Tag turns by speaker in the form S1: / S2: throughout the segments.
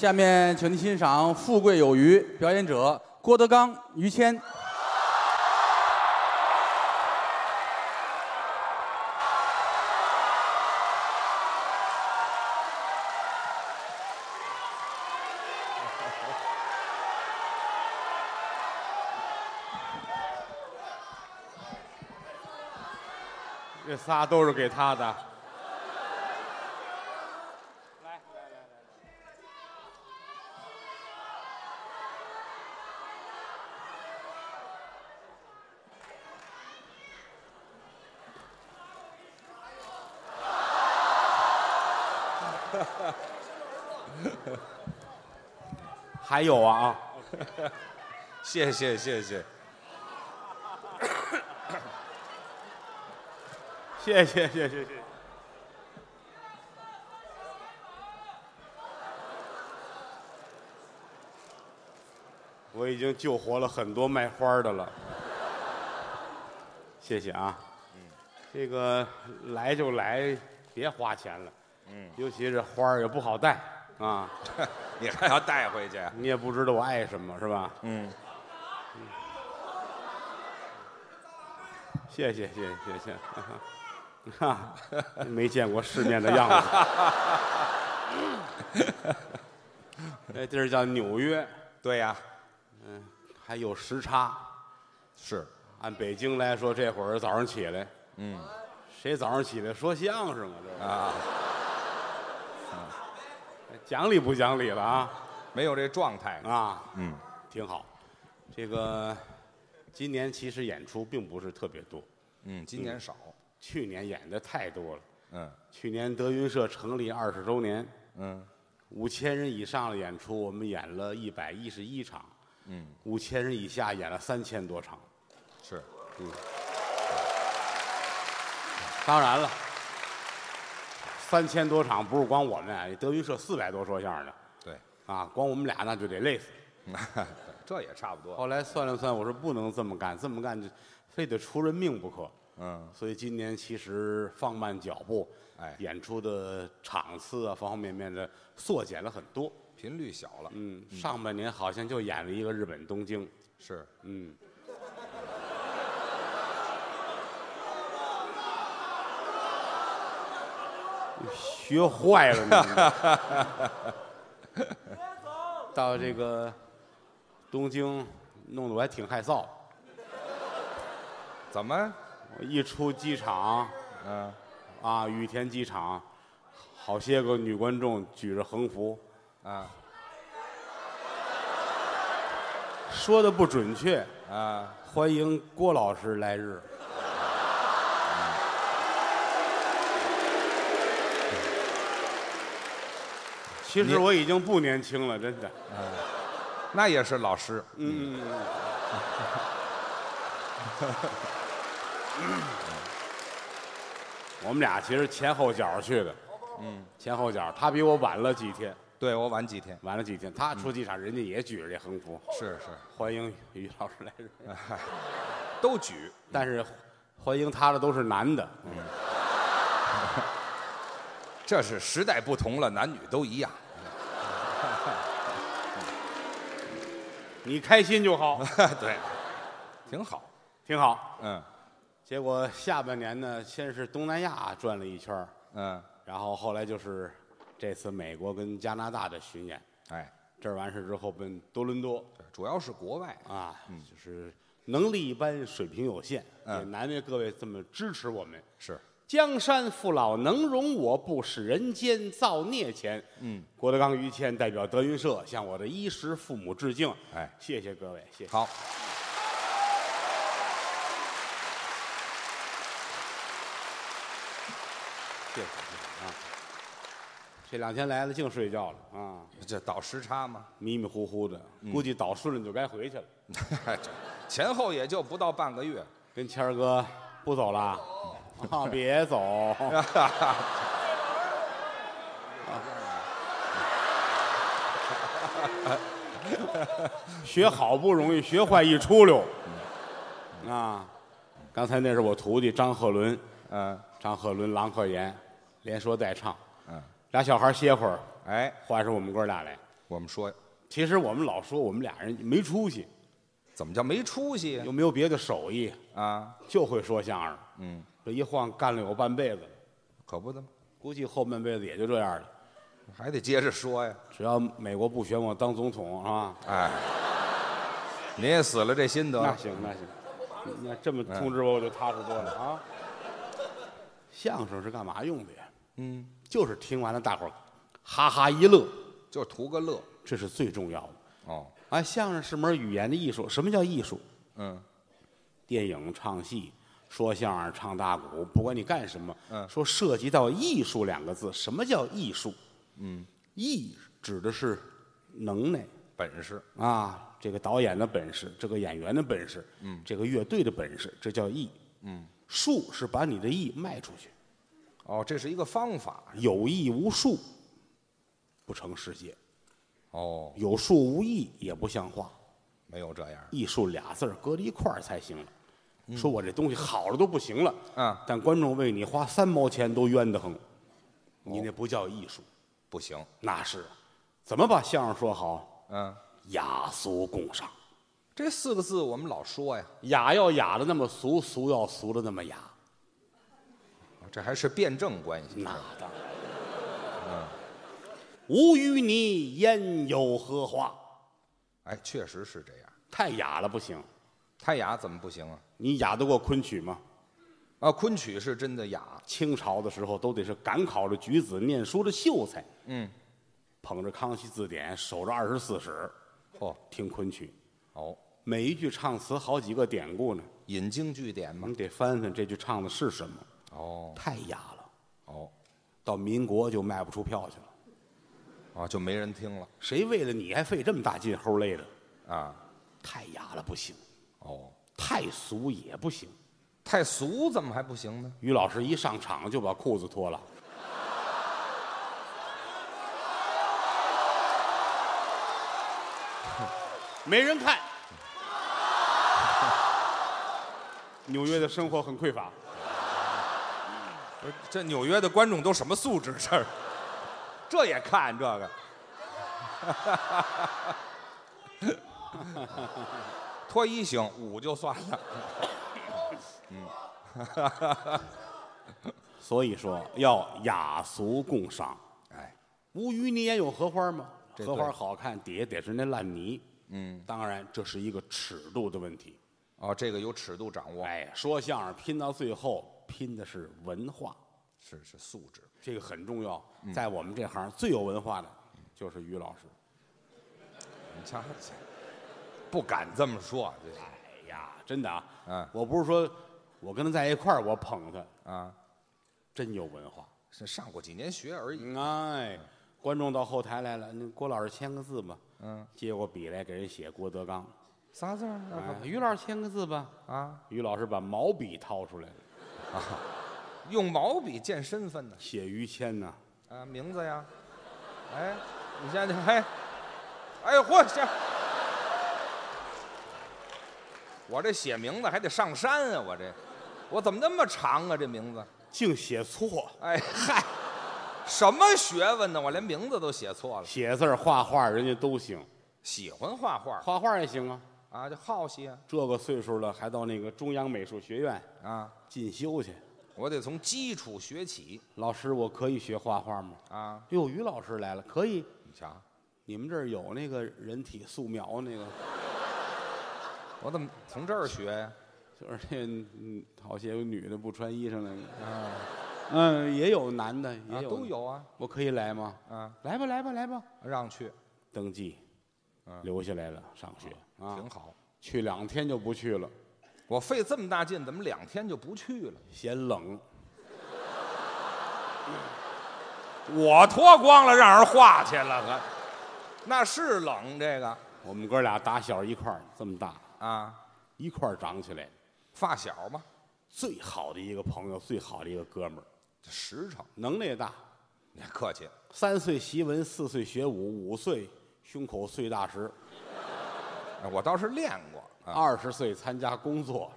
S1: 下面，请您欣赏《富贵有余》，表演者郭德纲、于谦。
S2: 这仨都是给他的。还有啊啊！ 谢谢谢谢谢谢谢谢谢谢。我已经救活了很多卖花的了，谢谢啊。这个来就来，别花钱了。嗯，尤其是花儿也不好带啊。
S3: 你还要带回去？啊
S2: 你也不知道我爱什么，是吧？
S3: 嗯，
S2: 谢谢谢谢谢谢，你看没见过世面的样子。 那哎地儿叫纽约，
S3: 对呀、
S2: 还有时差。
S3: 是
S2: 按北京来说，这会儿早上起来，嗯，谁早上起来说相声啊？这
S3: 啊，
S2: 是讲理不讲理了啊？
S3: 没有这状态。
S2: 啊，
S3: 嗯，
S2: 挺好。这个今年其实演出并不是特别多，
S3: 嗯，今年少。
S2: 去年演的太多了。
S3: 嗯
S2: 去年德云社成立二十周年，
S3: 嗯，
S2: 五千人以上的演出，我们演了一百一十一场，嗯，五千人以下演了三千多场。
S3: 是
S2: 当然了，三千多场不是光我们，啊，德云社四百多说相声的
S3: 对，
S2: 啊，光我们俩那就得累死。
S3: 这也差不多。
S2: 后来算了算，我说不能这么干，这么干就非得出人命不可。
S3: 嗯，
S2: 所以今年其实放慢脚步，
S3: 哎
S2: 演出的场次啊，方方面面的缩减了很多。
S3: 频率小了。
S2: 嗯，上半年好像就演了一个日本东京，
S3: 是
S2: 嗯，学坏了你。到这个东京，弄得我还挺害臊。
S3: 怎么？
S2: 我一出机场
S3: 嗯、
S2: 啊，羽田机场，好些个女观众举着横幅，
S3: 啊
S2: 说的不准确，
S3: 啊，
S2: 欢迎郭老师来日。其实我已经不年轻了，真的。
S3: 那也是老师。
S2: 嗯，我们俩其实前后脚去的。嗯，前后脚，他比我晚了几天，
S3: 对我晚几天。
S2: 晚了几天。他出机场，人家也举着这横幅，
S3: 是是，
S2: 嗯欢迎于老师来日。
S3: 都举。
S2: 但是欢迎他的都是男的，
S3: 这是时代不同了，男女都一样。
S2: 你开心就 好，
S3: 对，挺好。
S2: 挺好。
S3: 嗯
S2: 结果下半年呢，先是东南亚转了一圈儿
S3: 嗯，
S2: 然后后来就是这次美国跟加拿大的巡演，
S3: 哎，
S2: 这儿完事之后奔多伦多
S3: 主要是国外。
S2: 啊，就是能力一般，水平有限，
S3: 嗯
S2: 也难为各位这么支持我们。
S3: 是
S2: 江山父老能容我，不使人间造孽钱。嗯，郭德纲、于谦代表德云社向我的衣食父母致敬。
S3: 哎
S2: 谢谢各位，谢谢。
S3: 好。
S2: 谢谢啊！这两天来了，净睡觉了啊，
S3: 这倒时差吗？
S2: 迷迷糊糊的，估计倒顺了就该回去了。
S3: 这前后也就不到半个月。
S2: 跟谦儿哥不走了啊，啊别走，学好不容易，学坏一出溜啊！刚才那是我徒弟张鹤伦，
S3: 嗯
S2: 张鹤伦、郎鹤炎，连说带唱，
S3: 嗯，
S2: 俩小孩歇会儿，
S3: 哎，
S2: 换上我们哥俩来，
S3: 我们说
S2: 其实我们老说我们俩人没出息，
S3: 怎么叫没出息呀
S2: 又没有别的手艺，
S3: 啊？
S2: 就会说相声。嗯，这一晃干了有半辈子了，
S3: 可不的吗？
S2: 估计后半辈子也就这样了。
S3: 还得接着说呀。
S2: 只要美国不选我当总统啊，
S3: 哎，你也死了这心得
S2: 那
S3: 了。
S2: 行那行，那这么通知我我就踏实多了啊。相声是干嘛用的呀？嗯，就是听完了大伙儿哈哈一乐，
S3: 就图个乐。
S2: 这是最重要的。
S3: 哦，
S2: 啊，相声是门语言的艺术。什么叫艺术？
S3: 嗯，
S2: 电影、唱戏、说相声、唱大鼓，不管你干什么，
S3: 嗯
S2: 说涉及到“艺术”两个字，什么叫艺术？嗯，艺指的是能耐
S3: 本事
S2: 啊，这个导演的本事，这个演员的本事，嗯，这个乐队的本事，这叫艺。嗯，术是把你的艺卖出去，
S3: 哦，这是一个方法
S2: 有艺无术不成世界，
S3: 哦，
S2: 有术无艺也不像话。
S3: 没有这样
S2: 艺术俩字儿搁在一块儿才行了。说我这东西好了都不行了，
S3: 嗯
S2: 但观众为你花三毛钱都冤得很，你那不叫艺术，
S3: 不行。
S2: 那是啊怎么把相声说好？
S3: 嗯，
S2: 雅俗共赏，
S3: 这四个字我们老说呀，
S2: 雅要雅的那么俗，俗要俗的那么雅，
S3: 哦这还是辩证关系
S2: 那。当然。无嗯与你焉有何话？
S3: 哎，确实是这样。
S2: 太雅了不行，
S3: 太雅怎么不行啊？
S2: 你雅得过昆曲吗？
S3: 啊，昆曲是真的雅，
S2: 清朝的时候都得是赶考着举子，念书的秀才。
S3: 嗯，
S2: 捧着《康熙字典》，守着二十四史，
S3: 嚯，
S2: 听昆曲，
S3: 哦，
S2: 每一句唱词好几个典故呢。
S3: 引经据典
S2: 我
S3: 嘛。
S2: 们得翻翻这句唱的是什么，
S3: 哦
S2: 太雅了。
S3: 哦
S2: 到民国就卖不出票去了，
S3: 啊，就没人听了
S2: 谁为了你还费这么大劲齁累的？
S3: 啊。
S2: 太雅了不行，
S3: 哦，
S2: 太俗也不行。
S3: 太俗怎么还不行呢？
S2: 于老师一上场就把裤子脱了， 没人看。 纽约的生活很匮乏，
S3: 不是，这纽约的观众都什么素质？这儿，这也看这个，脱衣行五就算了，
S2: 所以说要雅俗共赏。
S3: 哎，
S2: 无鱼你也有荷花吗？
S3: 这对
S2: 荷花好看，底下得是那烂泥。嗯，当然这是一个尺度的问题。
S3: 哦，这个有尺度掌握，
S2: 哎，说相声拼到最后拼的是文化。
S3: 是是素质，
S2: 这个很重要。在我们这行最有文化的就是于老师。
S3: 你瞧，不敢这么说，啊这
S2: 哎呀，真的啊，
S3: 嗯
S2: 我不是说我跟他在一块儿我捧他，
S3: 啊，
S2: 真有文化。
S3: 是上过几年学而已，
S2: 哎，观众到后台来了，那郭老师签个字吧。嗯，接过笔来给人写郭德纲。
S3: 仨字儿
S2: 哎，于老师签个字吧。
S3: 啊，
S2: 于老师把毛笔掏出来了，
S3: 用毛笔见身份呢，
S2: 写于谦呢。
S3: 啊，名字呀，哎，你现在哎，哎嚯，这我这写名字还得上山啊，我这我怎么那么长啊？这名字，
S2: 竟写错，
S3: 哎嗨，什么学问呢？我连名字都写错了。
S2: 写字儿画画人家都行，
S3: 喜欢画画
S2: 画画也行啊。
S3: 啊，就好奇啊
S2: 这个岁数了，还到那个中央美术学院
S3: 啊，
S2: 进修去。
S3: 我得从基础学起
S2: 老师，我可以学画画吗？
S3: 啊。
S2: 哟，于老师来了，可以。
S3: 你瞧，
S2: 你们这儿有那个人体素描那个，
S3: 我怎么从这儿学呀？啊
S2: 就是那个嗯，好些女的不穿衣裳那个。嗯，也有男的，也
S3: 啊，
S2: 啊有、
S3: 都。有啊
S2: 我可以来吗？
S3: 啊，
S2: 来吧，来吧，来吧。
S3: 让去
S2: 登记，留下来了，上学啊
S3: 挺，好。
S2: 去两天就不去了，
S3: 我费这么大劲，怎么两天就不去了？
S2: 嫌冷。
S3: 我脱光了让人画去了，可那是冷这个
S2: 我们哥俩打小一块儿这么大，
S3: 啊，
S2: 一块儿长起来，
S3: 发小嘛，
S2: 最好的一个朋友，最好的一个哥们儿，
S3: 这实诚，
S2: 能耐也大。
S3: 你客气，
S2: 三岁习文，四岁学武，五岁胸口碎大石，
S3: 哎我倒是练过啊。
S2: 二十岁参加工作，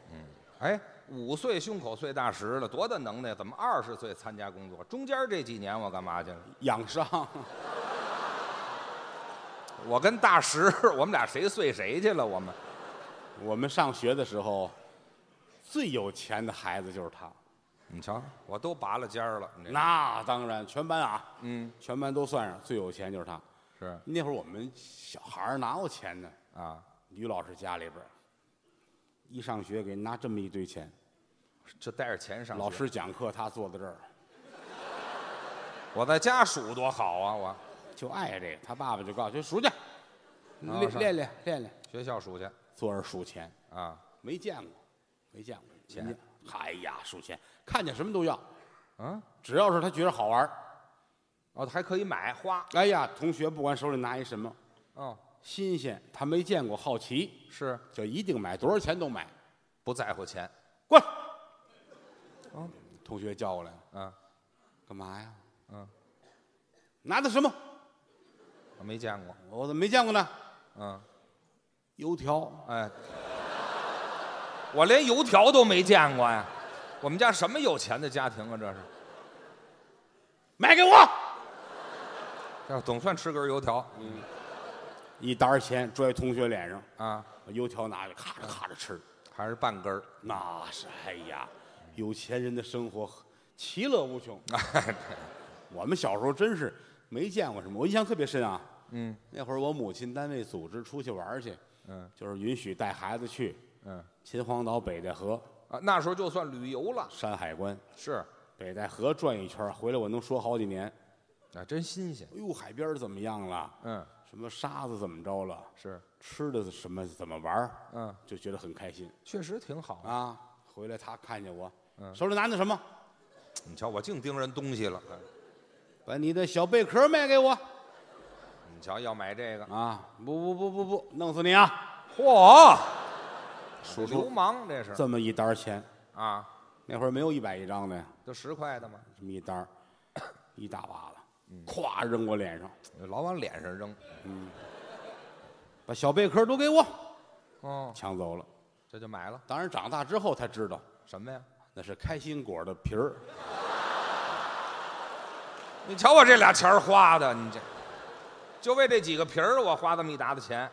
S3: 哎，五岁胸口碎大石了，多大能耐？怎么二十岁参加工作？中间这几年我干嘛去了？
S2: 养伤。
S3: 我跟大石，我们俩谁碎谁去了？我们
S2: 我们上学的时候，最有钱的孩子就是他。
S3: 你瞧，我都拔了尖儿了，
S2: 哎
S3: 你这
S2: 那当然，全班啊，
S3: 嗯
S2: 全班都算上，最有钱就是他。
S3: 是
S2: 那会儿我们小孩儿哪有钱呢？
S3: 啊，
S2: 于老师家里边儿，一上学给拿这么一堆钱，
S3: 就带着钱上学
S2: 老师讲课他坐在这儿，
S3: 我在家数多好啊！我
S2: 就爱这个。他爸爸就告诉他去数去，
S3: 哦
S2: 练
S3: 是
S2: 练练练练，
S3: 学校数去
S2: 坐这儿数钱，
S3: 啊，
S2: 没见过，没见过
S3: 钱
S2: 人家。哎呀，数钱，看见什么都要，
S3: 嗯，
S2: 只要是他觉得好玩儿
S3: 哦，还可以买花
S2: 哎呀，同学不管手里拿一什么
S3: 哦，
S2: 新鲜，他没见过，好奇，
S3: 是
S2: 就一定买，多少钱都买。
S3: 不在乎钱
S2: 过来，
S3: 哦
S2: 同学叫过来，
S3: 啊，
S2: 干嘛呀？
S3: 嗯，
S2: 拿的什么？
S3: 我没见过，
S2: 我怎么没见过呢？
S3: 嗯，
S2: 油条，
S3: 哎，我连油条都没见过呀！我们家什么有钱的家庭啊？这是，
S2: 买给我
S3: 这总算吃根油条
S2: 一沓儿钱拽同学脸上，
S3: 啊，
S2: 把油条拿着，咔着咔着吃。
S3: 还是半根儿，
S2: 那是，哎呀，有钱人的生活其乐无 穷。
S3: 哎，
S2: 我们小时候真是没见过什么，我印象特别深啊。
S3: 嗯
S2: 那会儿我母亲单位组织出去玩儿去，
S3: 嗯
S2: 就是允许带孩子去
S3: 嗯
S2: 秦皇岛北戴河
S3: 啊，那时候就算旅游了，
S2: 山海关、
S3: 是，
S2: 北戴河转一圈儿，回来我能说好几年。
S3: 啊，真新鲜，
S2: 哎呦，海边儿怎么样了？
S3: 嗯，
S2: 什么沙子怎么着了？
S3: 是，
S2: 吃的什么怎么玩儿
S3: 嗯，
S2: 就觉得很开心
S3: 确实挺好啊。嗯
S2: 啊。回来他看见我，手里拿的什么？
S3: 你瞧，我净盯人东西了，哎
S2: 把你的小贝壳卖给我
S3: 你瞧，要买这个，
S2: 啊！不不不不不，弄死你啊！
S3: 嚯，
S2: 数
S3: 流
S2: 数
S3: 氓这是
S2: 这么一沓儿钱，
S3: 啊，
S2: 那会儿没有一百一张的呀，
S3: 就十块的嘛，
S2: 这么一沓 儿，一大把子，咵扔我脸上，
S3: 老往脸上扔。
S2: 把小贝壳都给我
S3: 哦，
S2: 抢走了。
S3: 这就买了
S2: 当然长大之后才知道，
S3: 什么呀？
S2: 那是开心果的皮儿。
S3: 你瞧我这俩钱儿花的，你这就为这几个皮儿，我花这么一沓子钱，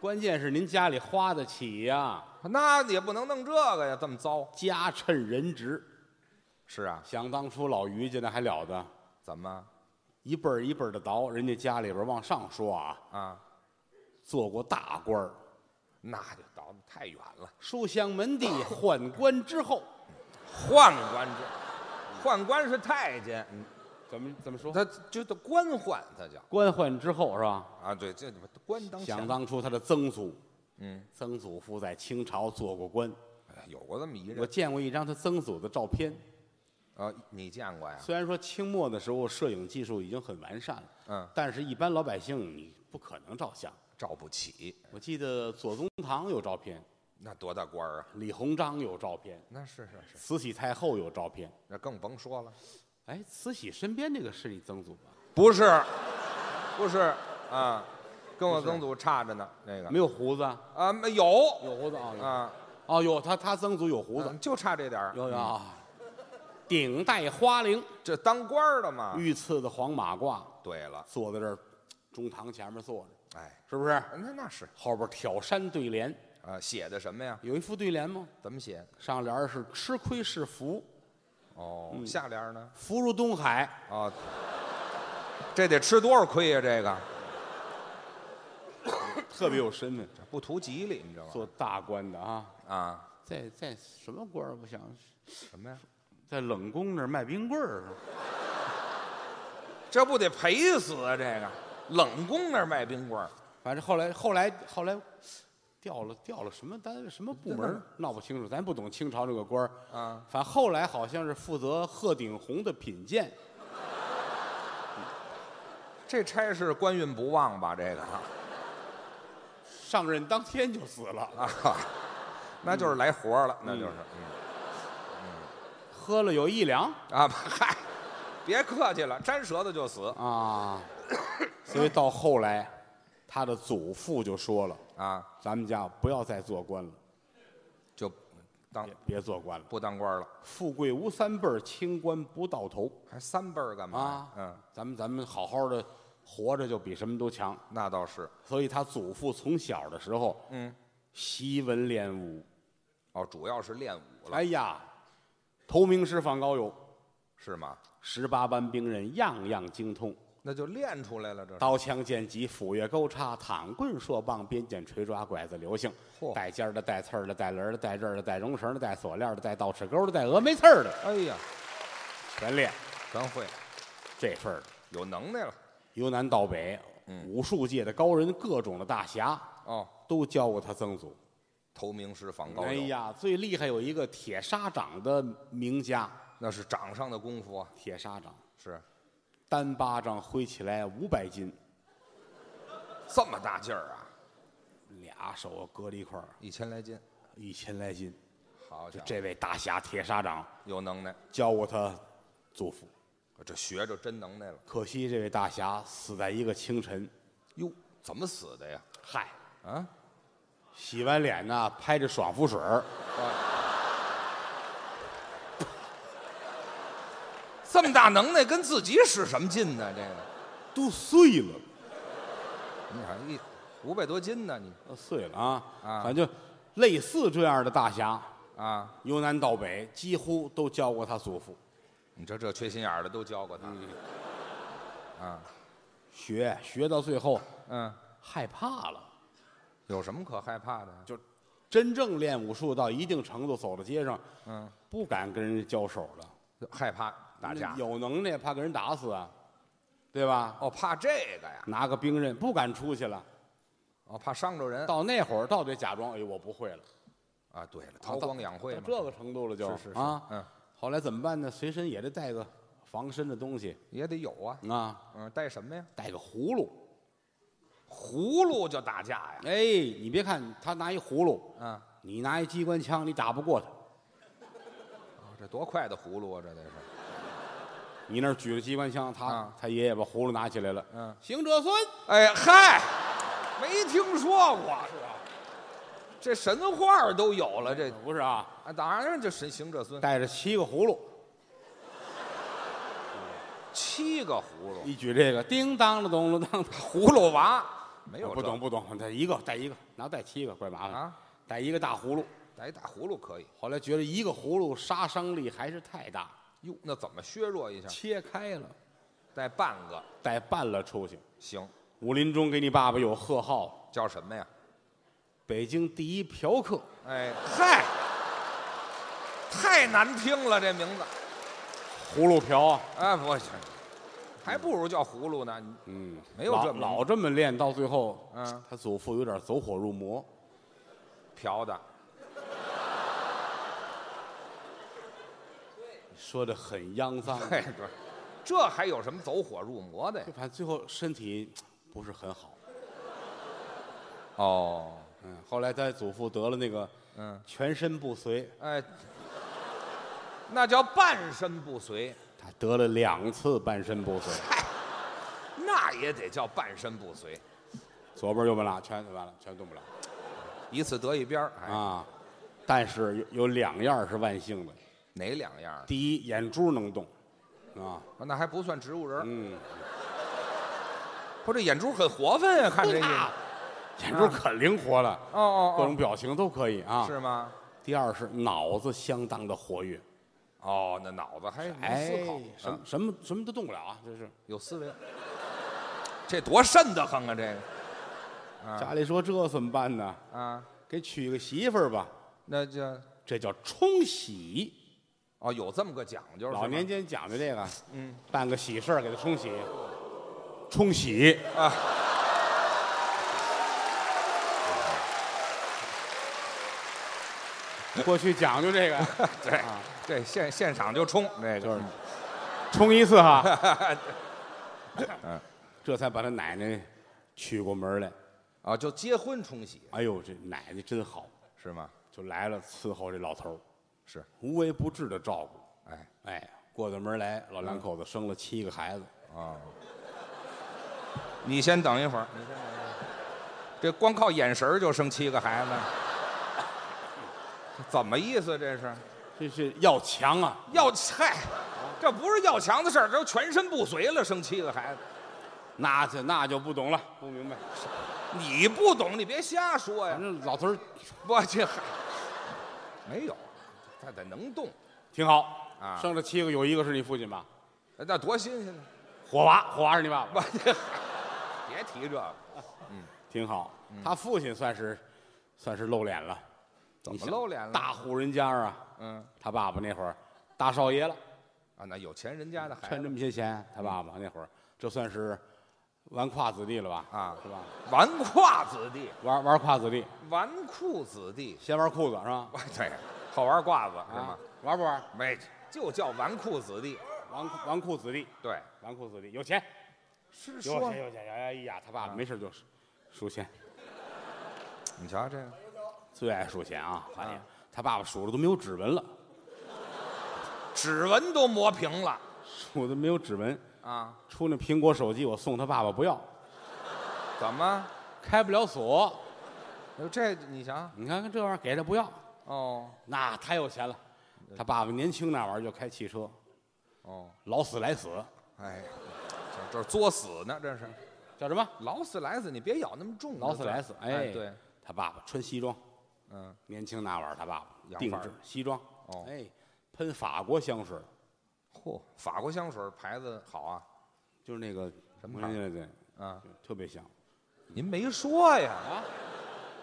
S2: 关键是您家里花得起呀、
S3: 那也不能弄这个呀，这么糟。
S2: 家趁人值。
S3: 是啊，
S2: 想当初老于家那还了得，
S3: 怎么
S2: 一辈儿一辈儿的倒，人家家里边儿往上说啊，
S3: 啊？
S2: 做过大官儿，
S3: 那就倒得太远了，
S2: 书香门第，宦官之后，
S3: 宦官这，宦官是太监，嗯
S2: 怎么怎么说？
S3: 他就叫官宦，他叫
S2: 官宦之后是吧？
S3: 啊，对，这官当
S2: 想
S3: 前
S2: 当初他的曾祖，
S3: 嗯，
S2: 曾祖父在清朝做过官，
S3: 哎有过这么一人
S2: 我见过一张他曾祖的照片。
S3: 啊，你见过呀？
S2: 虽然说清末的时候摄影技术已经很完善了，
S3: 嗯，
S2: 但是一般老百姓你不可能照相。
S3: 照不起，
S2: 我记得左宗棠有照片，
S3: 那多大官儿啊？
S2: 李鸿章有照片，
S3: 那是是是，
S2: 慈禧太后有照片。
S3: 那更甭说了。
S2: 哎，慈禧身边这个是你曾祖吧？
S3: 不是，不是啊，跟我曾祖差着呢。那个
S2: 没有胡子啊？
S3: 啊，没有
S2: 有胡子啊？有
S3: 啊，
S2: 哦，有他他曾祖有胡子，
S3: 嗯就差这点儿。
S2: 有有啊。顶戴花翎，
S3: 这当官儿的嘛。
S2: 御赐的黄马褂，
S3: 对了，
S2: 坐在这儿，中堂前面坐着，
S3: 哎，
S2: 是不是？
S3: 那那是
S2: 后边挑山对联，
S3: 啊，写的什么呀？
S2: 有一副对联吗？
S3: 怎么写？
S2: 上联儿是“吃亏是福，嗯
S3: 哦，下联呢？
S2: 福如东海
S3: 啊，这得吃多少亏呀？这个”，
S2: 特别有身份。
S3: 这不图吉利，你知道吗？
S2: 做大官的啊，
S3: 啊，
S2: 在在什么官儿？我想
S3: 什么呀？
S2: 在冷宫那儿卖冰棍儿。
S3: 这不得赔死啊？这个冷宫那儿卖冰棍儿，
S2: 反正后来后来后来调了调了什么单位什么部门儿，闹不清楚，咱不懂清朝这个官儿
S3: 啊。
S2: 反正后来好像是负责鹤顶红的品鉴，
S3: 这差事官运不旺吧？这个 啊。
S2: 上任当天就死了，
S3: 啊，那就是来活儿了，那就是、嗯
S2: 喝了有一两
S3: 啊，嗨，别客气了，粘舌头就死
S2: 啊。所以到后来，他的祖父就说了
S3: 啊，：“
S2: 咱们家不要再做官了，
S3: 就当
S2: 别做官了，
S3: 不当官了，
S2: 富贵无三辈儿，清官不到头啊嗯
S3: 还三辈儿干嘛呀？嗯
S2: 啊。”咱们咱们好好的活着就比什么都强。
S3: 那倒是。
S2: 所以他祖父从小的时候，
S3: 嗯，
S2: 习文练武。
S3: 哦，主要是练武了，
S2: 哎呀，头名师范高友，
S3: 是吗？
S2: 十八般兵刃样样精通，
S3: 那就练出来了，这是。
S2: 刀枪剑戟斧钺钩叉躺棍槊棒鞭锏锤抓拐子流星，
S3: 嚯
S2: 带尖儿的带刺儿的带轮儿的带刃儿的带绒绳儿的带锁链儿的带倒齿钩的带峨眉刺儿的
S3: 哎呀，
S2: 全练
S3: 全会，
S2: 这份儿的。
S3: 有能耐了。
S2: 由南到北，
S3: 嗯
S2: 武术界的高人，各种的大侠
S3: 哦，
S2: 都教过他曾祖。
S3: 投名师访高友，
S2: 哎呀，最厉害有一个铁砂掌的名家，
S3: 那是掌上的功夫啊，
S2: 铁砂掌
S3: 是
S2: 单巴掌挥起来五百斤，
S3: 这么大劲儿啊，
S2: 俩手搁在一块儿
S3: 一千来斤，
S2: 一千来斤。
S3: 好
S2: 就
S3: 家伙，
S2: 这位大侠铁砂掌
S3: 有能耐，
S2: 教过他祖父，
S3: 这学着真能耐了。
S2: 可惜这位大侠死在一个清晨。
S3: 哟，怎么死的呀？
S2: 嗨，
S3: 啊，
S2: 洗完脸呢，拍着爽肤水儿
S3: 这么大能耐，跟自己使什么劲呢？这个，
S2: 都碎了。
S3: 你看一五百多斤呢，你
S2: 呃碎了啊！
S3: 啊
S2: 反正类似这样的大侠，
S3: 啊，
S2: 由南到北，几乎都教过他祖父
S3: 你这这缺心眼儿的都教过他，
S2: 学，学到最后
S3: 嗯，
S2: 害怕了。
S3: 有什么可害怕的呀？
S2: 就真正练武术到一定程度，走到街上，
S3: 嗯，
S2: 不敢跟人交手了，
S3: 害怕打架
S2: 嗯有能耐怕给人打死啊，对吧？
S3: 哦，怕这个呀，
S2: 拿个兵刃不敢出去了。
S3: 哦，怕伤着人
S2: 到那会儿，到得假装哎呦我不会了，
S3: 啊。对了，韬光养晦
S2: 到
S3: 嘛，
S2: 这个程度了就是
S3: 是是
S2: 啊。
S3: 嗯，
S2: 后来怎么办呢？随身也得带个防身的东西
S3: 也得有啊，
S2: 啊，
S3: 嗯，带什么呀？
S2: 带个葫芦。
S3: 葫芦就打架呀，
S2: 哎，你别看他拿一葫芦，
S3: 嗯。
S2: 你拿一机关枪，你打不过他。
S3: 哦这多快的葫芦啊！这得是，
S2: 你那儿举着机关枪，他、
S3: 啊
S2: 他爷爷把葫芦拿起来了。
S3: 嗯，
S2: 行者孙，
S3: 哎嗨，没听说过是吧？这神话都有了，这
S2: 不是啊，
S3: 啊，当然这神行者孙
S2: 带着七个葫芦，
S3: 七个葫芦，
S2: 一举这个，叮当了咚了当，
S3: 葫芦娃没有
S2: 不
S3: 哎这
S2: 懂不懂，他一个带一个，拿带七个怪麻烦
S3: 啊，
S2: 带一个大葫芦。
S3: 来打葫芦可以
S2: 后来觉得一个葫芦杀伤力还是太大，
S3: 哟，那怎么削弱一下？
S2: 切开了，
S3: 带半个
S2: 带半了出去。
S3: 行，
S2: 武林中给你爸爸有贺号，
S3: 叫什么呀？
S2: 北京第一嫖客。
S3: 哎嗨，太难听了这名字，
S2: 葫芦瓢啊，
S3: 哎不行，还不如叫葫芦呢。你
S2: 嗯，
S3: 没有这
S2: 老
S3: 么
S2: 老这么练，到最后，
S3: 嗯，
S2: 他祖父有点走火入魔。
S3: 嫖的
S2: 说的很肮脏，
S3: 嘿，对，这还有什么走火入魔的呀
S2: 就？反正最后身体不是很好。
S3: 哦，
S2: 嗯，后来他祖父得了那个
S3: 嗯，
S2: 全身不遂，
S3: 哎，那叫半身不遂，
S2: 他得了两次半身不遂，
S3: 那也得叫半身不遂，
S2: 左边右边俩全完了，全动不了
S3: 一次得一边儿。哎，
S2: 啊。但是有有两样是万幸的，
S3: 哪两样啊儿？
S2: 第一眼珠能动，啊，
S3: 啊那还不算植物人儿，
S2: 嗯，
S3: 不，这眼珠很活泛啊呀，看这意思。
S2: 那眼珠可灵活了，
S3: 哦
S2: 啊各种
S3: 哦
S2: 表情都可以啊
S3: 哦，。是吗？
S2: 第二是脑子相当的活跃，
S3: 哦，那脑子还能
S2: 哎
S3: 思考，，
S2: 什么
S3: 嗯
S2: 什么什么都动不了啊，这是。
S3: 有思维，这多瘆得慌啊！这个
S2: 家里说这怎么办呢？
S3: 啊，
S2: 给娶个媳妇儿吧，
S3: 那就
S2: 这叫冲喜。
S3: 哦，有这么个讲究，是吗
S2: 老年间讲究这个，
S3: 嗯，
S2: 办个喜事儿给他冲喜，冲喜
S3: 啊。
S2: 过去讲究这个，
S3: 对
S2: 啊，
S3: 这现现场就冲，这
S2: 就
S3: 个
S2: 是冲一次哈，
S3: 嗯
S2: 这才把他奶奶娶过门来。
S3: 啊，就结婚冲喜
S2: 哎呦，这奶奶真好，
S3: 是吗？
S2: 就来了伺候这老头儿，
S3: 是，
S2: 无微不至的照顾。
S3: 哎，嗯
S2: 哎，过到门来，老两口子生了七个孩子，
S3: 哦，你先等一会儿，你先等一会儿，这光靠眼神儿就生七个孩子， 这怎么意思？这是
S2: 这是要强啊！
S3: 要嗨，这不是要强的事儿，这都全身不遂了，生七个孩子，
S2: 那就那就不懂了，不明白。
S3: 你不懂，你别瞎说呀
S2: 反！正老头儿
S3: 我这还没有，他得能动，
S2: 挺好
S3: 啊
S2: 生了七个，有一个是你父亲吧？
S3: 那多新鲜呢！
S2: 火娃，火娃是你爸
S3: 我
S2: 爸，
S3: 这别提这个，
S2: 挺好。
S3: 嗯
S2: 他父亲算是算是露脸了，
S3: 怎
S2: 你
S3: 么
S2: 想
S3: 露脸了？
S2: 大户人家啊，
S3: 嗯
S2: 他爸爸那会儿大少爷了，
S3: 啊，那有钱人家的孩
S2: 趁
S3: 子
S2: 这么些钱，他爸
S3: 嗯
S2: 爸那会儿这算是纨绔子弟了吧？
S3: 啊
S2: 是吧？
S3: 纨绔子弟，
S2: 玩玩胯子弟，
S3: 纨绔子弟，
S2: 先玩裤子是吧？
S3: 哇对，好玩褂子是
S2: 啊
S3: 吗？，
S2: 玩不玩？
S3: 没，就叫纨绔子弟。
S2: 纨纨绔子弟，
S3: 对，
S2: 纨绔子弟有钱，
S3: 是
S2: 有
S3: 说啊
S2: 钱，有钱。哎呀，他爸爸没事就是数钱，
S3: 你瞧这个，
S2: 最爱数钱啊！哎呀，他爸爸数的都没有指纹了，
S3: 指纹都磨平了
S2: 数的没有指纹。
S3: 啊？
S2: 出那苹果手机，我送他爸爸不要，
S3: 怎么？
S2: 开不了锁。
S3: 哟这你瞧
S2: 你看看这玩意儿给他不要，
S3: 哦
S2: 那太有钱了。他爸爸年轻那会儿就开汽车，
S3: 哦，
S2: 老死来死，
S3: 哎，这这作死呢，这是
S2: 叫什么？
S3: 劳斯莱斯，你别咬那么重。啊
S2: 劳斯莱斯。哎，
S3: 对，，
S2: 他爸爸穿西装，
S3: 嗯，
S2: 年轻那会儿他爸爸
S3: 洋
S2: 定
S3: 范儿
S2: 制西装，
S3: 哦
S2: 哎，喷法国香水儿，
S3: 嚯，法国香水牌子好啊，
S2: 就是那个
S3: 什么
S2: 我
S3: 牌
S2: 想起来
S3: 儿
S2: 对，
S3: 啊，
S2: 特别香
S3: 您没说呀？
S2: 啊！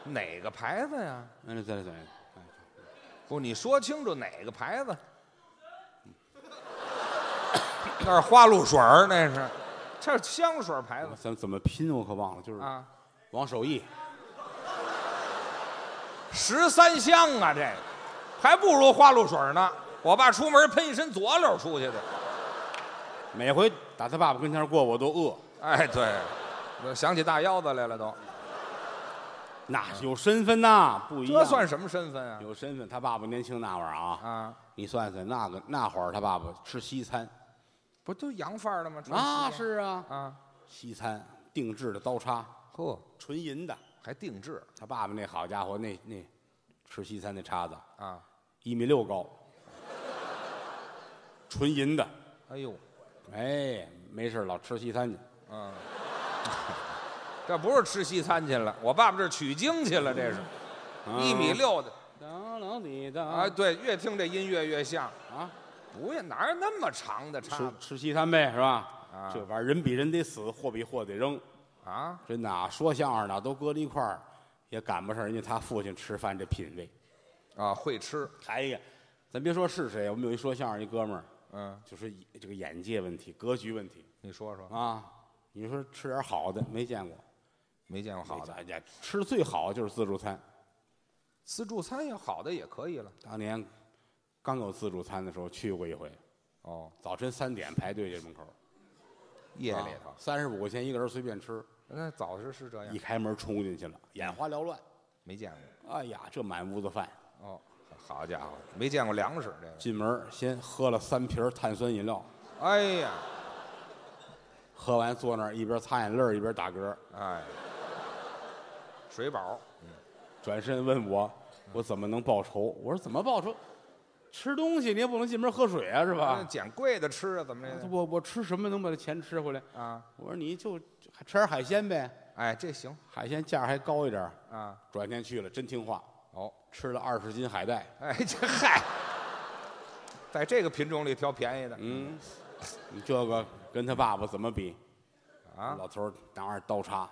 S3: 哪个牌子呀？
S2: 那再来再来，哎
S3: 不，你说清楚哪个牌子？那是花露水儿，那是，这是香水牌子
S2: 咱怎么拼我可忘了，就是
S3: 啊。
S2: 王守义，
S3: 十三香啊，这个还不如花露水呢。我爸出门喷一身左溜出去的。
S2: 每回打他爸爸跟前过我都饿，
S3: 哎，对，我想起大腰子来了都。
S2: 那有身份呐，不一样，
S3: 这算什么身份啊？
S2: 有身份。他爸爸年轻那会儿啊，
S3: 啊，
S2: 你算算那个那会儿他爸爸吃西餐
S3: 不都洋范儿的吗？穿
S2: 啊，
S3: 西装
S2: 是啊，
S3: 啊，
S2: 西餐定制的刀叉，
S3: 呵，
S2: 纯银的。
S3: 还定制
S2: 他爸爸那好家伙，那那吃西餐那叉子
S3: 啊？
S2: 一米六高，纯银的。
S3: 哎呦，
S2: 哎，没事儿老吃西餐去，
S3: 嗯，这不是吃西餐去了，我爸爸这是取经去了，这是
S2: 啊
S3: 一米。六的
S2: 等等你的
S3: 啊。对，越听这音乐越像，
S2: 啊，
S3: 不呀，哪有那么长的叉
S2: 吃
S3: 子
S2: 吃西餐呗，是吧？
S3: 啊
S2: 这玩意儿人比人得死，货比货得扔，
S3: 啊？
S2: 真的啊！说相声的都搁在一块儿，也赶不上人家他父亲吃饭这品味。
S3: 啊，会吃，
S2: 哎呀，咱别说是谁，我们有一说相声一哥们儿，
S3: 嗯，
S2: 就是以这个眼界问题、格局问题
S3: 你说说，
S2: 啊。你说吃点好的没见过，
S3: 没见过好的，
S2: 哎呀，吃的最好就是自助餐。
S3: 自助餐也好的也可以了。
S2: 当年刚有自助餐的时候去过一回，
S3: 哦，
S2: 早晨三点排队这门口，
S3: 夜里头，
S2: 三十五块钱一个人随便吃，
S3: 那早时是这
S2: 一
S3: 样，
S2: 开门冲进去了，眼花缭乱。
S3: 没见过。
S2: 哎呀，这满屋子饭，
S3: 哦，好家伙，没见过粮食这个。
S2: 进门先喝了三瓶碳酸饮料，
S3: 哎呀，
S2: 喝完坐那儿一边擦眼泪儿一边打嗝，
S3: 哎，水饱，
S2: 转身问我，我怎么能报仇？我说怎么报仇？吃东西你也不能进门喝水啊，是
S3: 那
S2: 吧？
S3: 哎捡贵的吃啊，怎么
S2: 我说
S3: 着
S2: 我我吃什么能把这钱吃回来？
S3: 啊？
S2: 我说你就还吃点海鲜呗，
S3: 哎，这行
S2: 海鲜价还高一点儿。
S3: 啊。
S2: 转天去了，真听话，
S3: 哦，
S2: 吃了二十斤海带。
S3: 哎，这嗨，在这个品种里挑便宜的
S2: 嗯，你这个跟他爸爸怎么比？
S3: 啊，
S2: 老头儿拿着刀叉，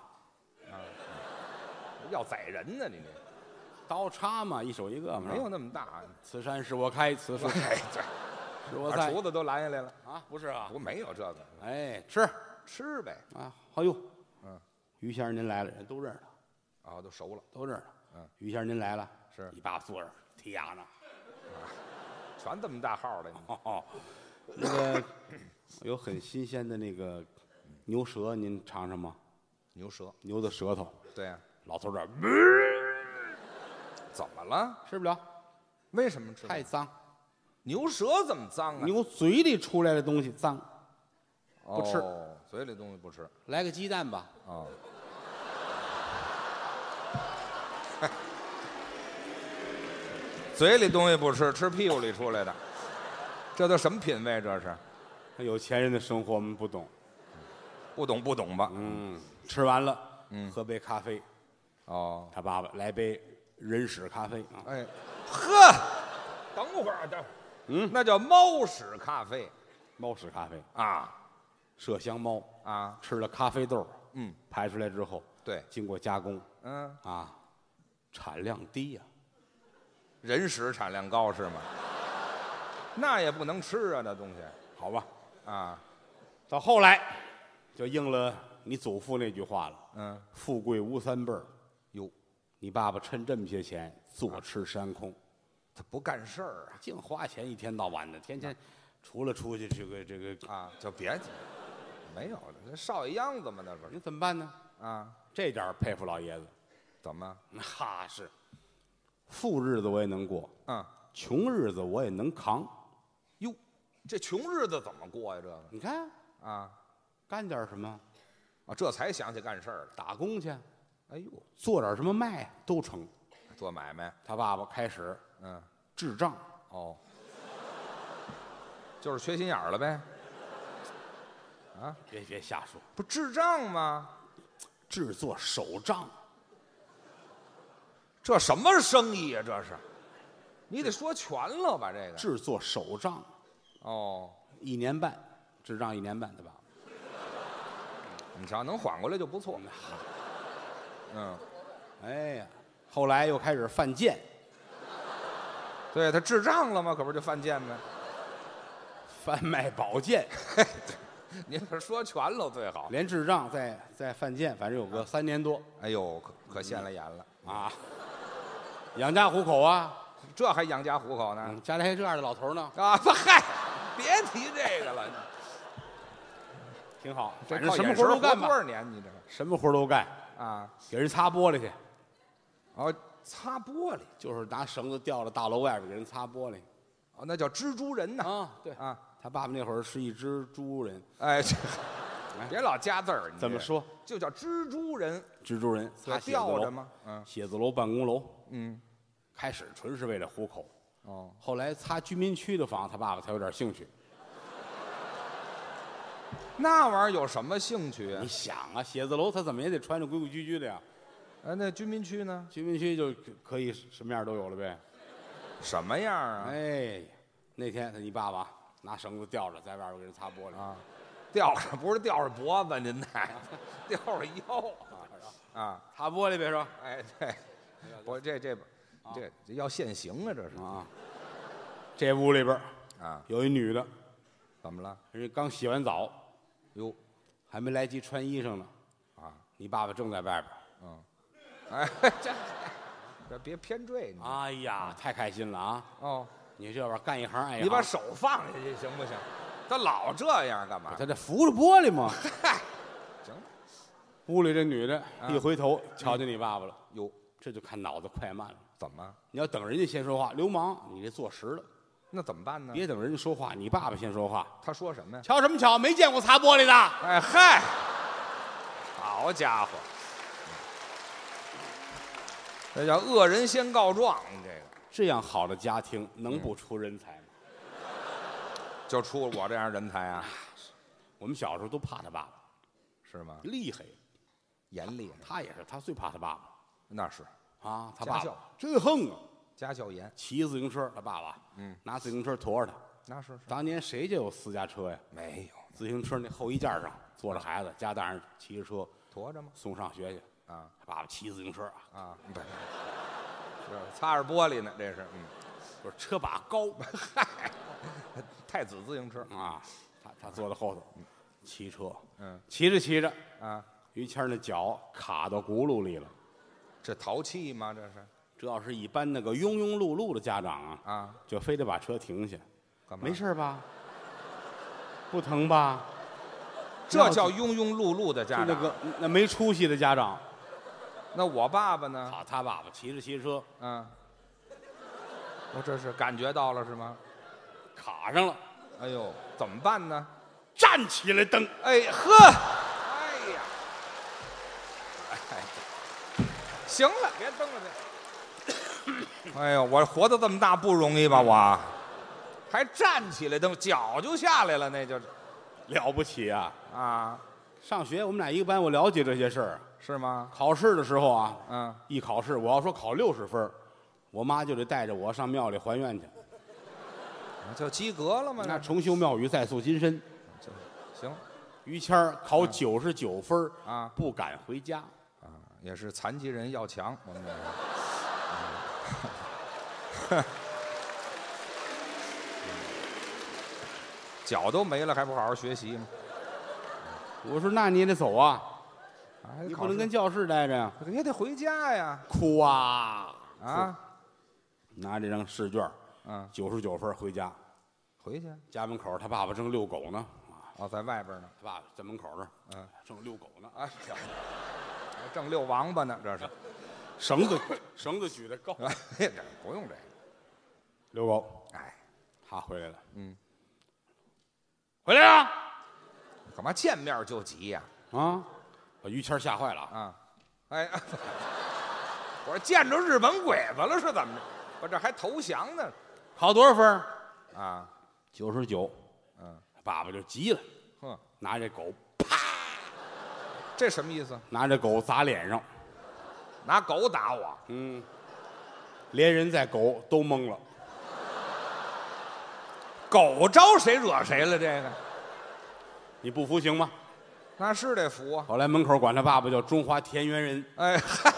S3: 要宰人呢，你这
S2: 刀叉嘛，一手一个嘛。
S3: 没
S2: 是
S3: 有
S2: 吧，
S3: 那么大。
S2: 此山是我开，此树
S3: 哎，对，
S2: 是我
S3: 把
S2: 栽
S3: 厨子都拦下来了。
S2: 啊，不是啊。
S3: 我没有这个，
S2: 哎，吃
S3: 吃呗。
S2: 啊，好哟。
S3: 嗯，
S2: 于先生您来了，人都认识他。
S3: 啊，都熟了，
S2: 都这儿呢。
S3: 嗯，
S2: 于先生您来了，
S3: 是
S2: 你爸坐这儿剔牙呢。
S3: 全这么大号的，你
S2: 哦， 那个有很新鲜的那个牛舌，您尝尝吗？
S3: 牛舌，
S2: 牛的舌头，
S3: 对呀、
S2: 老头儿这儿
S3: 怎么了？
S2: 吃不了，
S3: 为什么吃
S2: 太脏，
S3: 牛舌怎么脏啊？
S2: 牛嘴里出来的东西脏。不吃
S3: 哦，嘴里东西不吃啊、
S2: 来个鸡蛋吧，
S3: 哦嘴里东西不吃，吃屁股里出来的，这都什么品味？这是
S2: 有钱人的生活我们不懂，
S3: 不懂不懂吧？
S2: 嗯，吃完了，
S3: 嗯
S2: 喝杯咖啡，
S3: 哦，
S2: 他爸爸来杯人屎咖啡啊，
S3: 哎，呵，等会儿，等会儿，嗯，那叫猫屎咖啡
S2: 猫屎咖啡，
S3: 啊
S2: 麝香猫，
S3: 啊，
S2: 吃了咖啡豆，
S3: 嗯，
S2: 排出来之后，
S3: 对
S2: 经过加工
S3: 嗯，
S2: 啊，产量低呀、
S3: 人屎产量高是吗？那也不能吃啊，那东西
S2: 好吧，
S3: 啊，
S2: 到后来就应了你祖父那句话了，
S3: 嗯，
S2: 富贵无三辈儿，
S3: 哟，
S2: 你爸爸趁这么些钱坐吃山空，
S3: 他不干事儿啊
S2: 净花钱，一天到晚的，天天除了出去这个这个，
S3: 啊，就别提，没有了，那少爷样子嘛，那不是
S2: 你怎么办呢？
S3: 啊？
S2: 这点儿佩服老爷子，
S3: 怎么？
S2: 那是，富日子我也能过，
S3: 嗯，
S2: 穷日子我也能扛。
S3: 哟，这穷日子怎么过呀、这个
S2: 你看，
S3: 啊
S2: 干点什么，
S3: 啊，这才想起干事儿了。
S2: 打工去，
S3: 哎呦，
S2: 做点什么卖都成。
S3: 做买卖，
S2: 他爸爸开始
S3: 嗯，
S2: 智障，
S3: 哦，就是缺心眼儿了呗，
S2: 别别瞎说，
S3: 不智障吗？
S2: 制作手账，
S3: 这什么生意呀、这是，你得说全了吧？这个
S2: 制作手账，
S3: 哦，
S2: 一年半，智障一年半，他爸爸。
S3: 你瞧，能缓过来就不错。嗯，
S2: 哎呀，后来又开始犯贱，
S3: 对他智障了吗？可不是就犯贱呗？
S2: 贩卖宝剑，
S3: 您可说全了最好。
S2: 连智障再再犯贱，反正有个三年多
S3: 哎呦，可可现了眼了，
S2: 啊，养家糊口啊，
S3: 这还养家糊口呢。
S2: 嗯家里还有这样的老头儿呢，
S3: 啊，不嗨，别提这个了，
S2: 挺好，
S3: 这
S2: 反正
S3: 靠
S2: 什么
S3: 眼
S2: 活
S3: 神
S2: 儿都
S3: 活
S2: 干
S3: 多
S2: 吧，
S3: 少年？你这个
S2: 什么活儿都干，
S3: 啊，
S2: 给人擦玻璃去，
S3: 哦，擦玻璃，
S2: 就是拿绳子吊到大楼外边给人擦玻璃
S3: 哦，那叫蜘蛛人呐。
S2: 啊，对
S3: 啊，
S2: 他爸爸那会儿是一只猪人，
S3: 哎， 这别老加字儿，你
S2: 怎么
S3: 这
S2: 说？
S3: 就叫蜘蛛人，
S2: 蜘蛛人，
S3: 对
S2: 他写字
S3: 吊
S2: 楼
S3: 着吗？嗯
S2: 写字楼办公楼，
S3: 嗯，
S2: 开始纯是为了糊口，
S3: 哦，
S2: 后来擦居民区的房，他爸爸才有点兴趣。
S3: 那玩意儿有什么兴趣啊
S2: 你？想啊，写字楼他怎么也得穿着规规矩矩的呀，
S3: 哎，那居民区呢？
S2: 居民区就可以什么样都有了呗。
S3: 什么样啊？
S2: 哎，那天他你爸爸拿绳子吊着，在外边给人擦玻璃
S3: 啊，吊着不是吊着脖子，您那吊着腰啊？
S2: 擦玻璃别说
S3: 哎，对，我这这这这要现行啊啊，这是
S2: 啊，这屋里边
S3: 啊？
S2: 有一女的，
S3: 怎么了？
S2: 人家刚洗完澡，
S3: 哟，
S2: 还没来及穿衣裳呢，
S3: 啊，
S2: 你爸爸正在外边。
S3: 嗯，哎，这这别偏坠你
S2: 哎呀，太开心了啊！
S3: 哦，
S2: 你这玩意儿干一行爱一
S3: 你把
S2: 行，
S3: 手放下去行不行？他老这样干嘛？
S2: 他这扶着玻璃 嘛。
S3: 行了，
S2: 屋里这女的
S3: 啊
S2: 一回头，瞧见你爸爸了，
S3: 哟，
S2: 这就看脑子快慢了。
S3: 怎么？
S2: 你要等人家先说话，流氓，你这坐实了。
S3: 那怎么办呢？
S2: 别等人家说话，你爸爸先说话。
S3: 他说什么呀？
S2: 瞧什么瞧？没见过擦玻璃的。
S3: 哎嗨，好家伙，这叫恶人先告状，这个
S2: 这样好的家庭能不出人才吗？
S3: 就出我这样人才啊？
S2: 我们小时候都怕他爸爸，
S3: 是吗？
S2: 厉害。
S3: 严厉呢，
S2: 他也是，他最怕他爸
S3: 那是
S2: 爸啊，他爸
S3: 家
S2: 爸
S3: 教
S2: 真横啊！
S3: 家教严，
S2: 骑自行车，他爸爸，嗯，拿自行车驮着他。
S3: 那是是
S2: 当年谁家有私家车呀？
S3: 没有
S2: 自行车那后衣架上坐着孩子，家大人骑着车
S3: 驮着吗？
S2: 送上学去。
S3: 啊，
S2: 他爸爸骑自行车啊，
S3: 啊，不是，是擦着玻璃呢，这是，嗯，
S2: 不是车把高
S3: 太子自行车
S2: 啊，他他坐在后头，骑车，
S3: 嗯，
S2: 骑着骑着，
S3: 啊，
S2: 于谦儿那脚卡到轱辘里了。
S3: 这淘气吗？这是
S2: 这要是一般那个庸庸碌碌的家长啊，
S3: 啊，
S2: 就非得把车停下，
S3: 干嘛？
S2: 没，事儿吧？不疼吧？
S3: 这叫庸庸碌碌的
S2: 就
S3: 家长。
S2: 那个那没出息的家长。
S3: 那我爸爸呢？
S2: 好，他爸爸骑着骑着车
S3: 嗯、我这是感觉到了是吗？
S2: 卡上了，
S3: 哎呦，怎么办呢？
S2: 站起来蹬，
S3: 哎呵，哎呀，哎，行了，别蹬了 这。哎呦，我活到这么大不容易吧？我还站起来蹬，脚就下来了，那就是
S2: 了不起啊！
S3: 啊，
S2: 上学我们俩一个班，我了解这些事儿。啊
S3: 是吗？
S2: 考试的时候啊，
S3: 嗯，
S2: 一考试我要说考六十分儿，我妈就得带着我上庙里还愿去，
S3: 就及格了吗？
S2: 那重修庙宇，再塑金身。
S3: 就行
S2: 于谦儿考九十九分儿
S3: 啊
S2: 不敢回家，
S3: 啊，也是残疾人要强，我们这嗯个。嗯 脚都没了，还不好好学习吗？
S2: 我说那你也得走啊，
S3: 啊，
S2: 你
S3: 考
S2: 不能
S3: 试
S2: 跟教室待着呀。
S3: 也得回家呀！
S2: 哭啊！
S3: 啊，
S2: 拿这张试卷，
S3: 嗯，
S2: 九十九分儿回家，
S3: 回去
S2: 家门口他爸爸正遛狗呢，啊，
S3: 哦，在外边呢
S2: 他爸爸在门口这儿，
S3: 嗯，
S2: 正遛狗呢，
S3: 啊，这还正遛王八呢，这是。
S2: 绳子 啊绳子举得高，
S3: 哎，这不用这个，
S2: 遛狗，
S3: 哎，
S2: 他回来了，
S3: 嗯，
S2: 回来了
S3: 干嘛见面就急呀、
S2: 啊，把于谦儿吓坏了啊，
S3: 啊，哎， 啊我说见着日本鬼子了是怎么着？我这还投降呢，
S2: 考多少分儿？
S3: 啊，
S2: 九十九，
S3: 嗯，
S2: 爸爸就急了，
S3: 哼，
S2: 拿这狗
S3: 这什么意思？
S2: 拿这狗砸脸上，
S3: 拿狗打我？
S2: 嗯，连人带狗都懵了，
S3: 狗招谁惹谁了？这个
S2: 你不服行吗？
S3: 那是得服啊！
S2: 后来门口管他爸爸叫中华田园人。
S3: 哎，嗨，